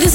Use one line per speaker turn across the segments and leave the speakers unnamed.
this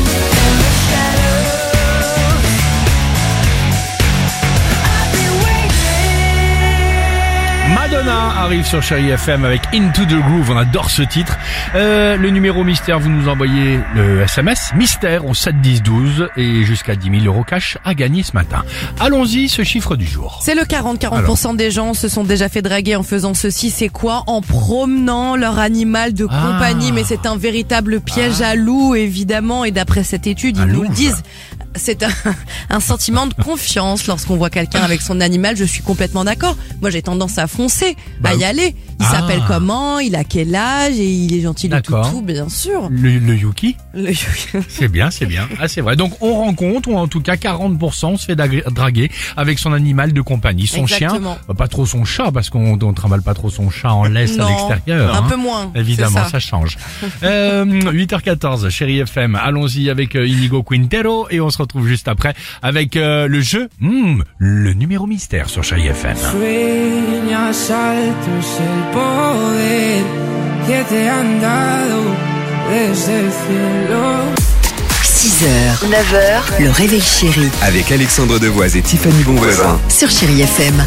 Madonna arrive sur Chéri FM avec Into the Groove. On adore ce titre. Euh, le numéro mystère, vous nous envoyez le SMS mystère au 7 10 12 et jusqu'à 10 000 euros cash à gagner ce matin. Allons-y, ce chiffre du jour.
C'est le 40. 40% des gens se sont déjà fait draguer en faisant ceci. C'est quoi En promenant leur animal de
Ah.
compagnie. Mais c'est un véritable piège à loup, évidemment. Et d'après cette étude,
Un
ils nous
loup,
le disent. C'est un, un sentiment de confiance lorsqu'on voit quelqu'un avec son animal. Je suis complètement d'accord. Moi, j'ai tendance à foncer,
Bah,
à y aller. Il
ah.
s'appelle comment Il a quel âge Et il est gentil de tout,
D'accord.
tout, bien sûr.
Le, le Yuki,
Le-
c'est bien, c'est bien. Ah, c'est vrai. Donc on rencontre, ou en tout cas 40% se fait dagre- draguer avec son animal de compagnie, son
Exactement.
chien, euh, pas trop son chat parce qu'on on trimballe pas trop son chat en laisse à
Non,
l'extérieur.
un
hein.
peu moins. c'est
Évidemment, ça.
ça.
change. Euh, 8h14, chérie FM, allons-y avec euh, Inigo Quintero et on se retrouve juste après avec euh, le jeu, hmm, le numéro mystère sur chérie FM.
Sueñas altos el poder que te han dado desde el cielo.
6h, 9h, le réveil chéri
Avec Alexandre Devoise et Tiffany Bonvoisin.
sur Chérie FM.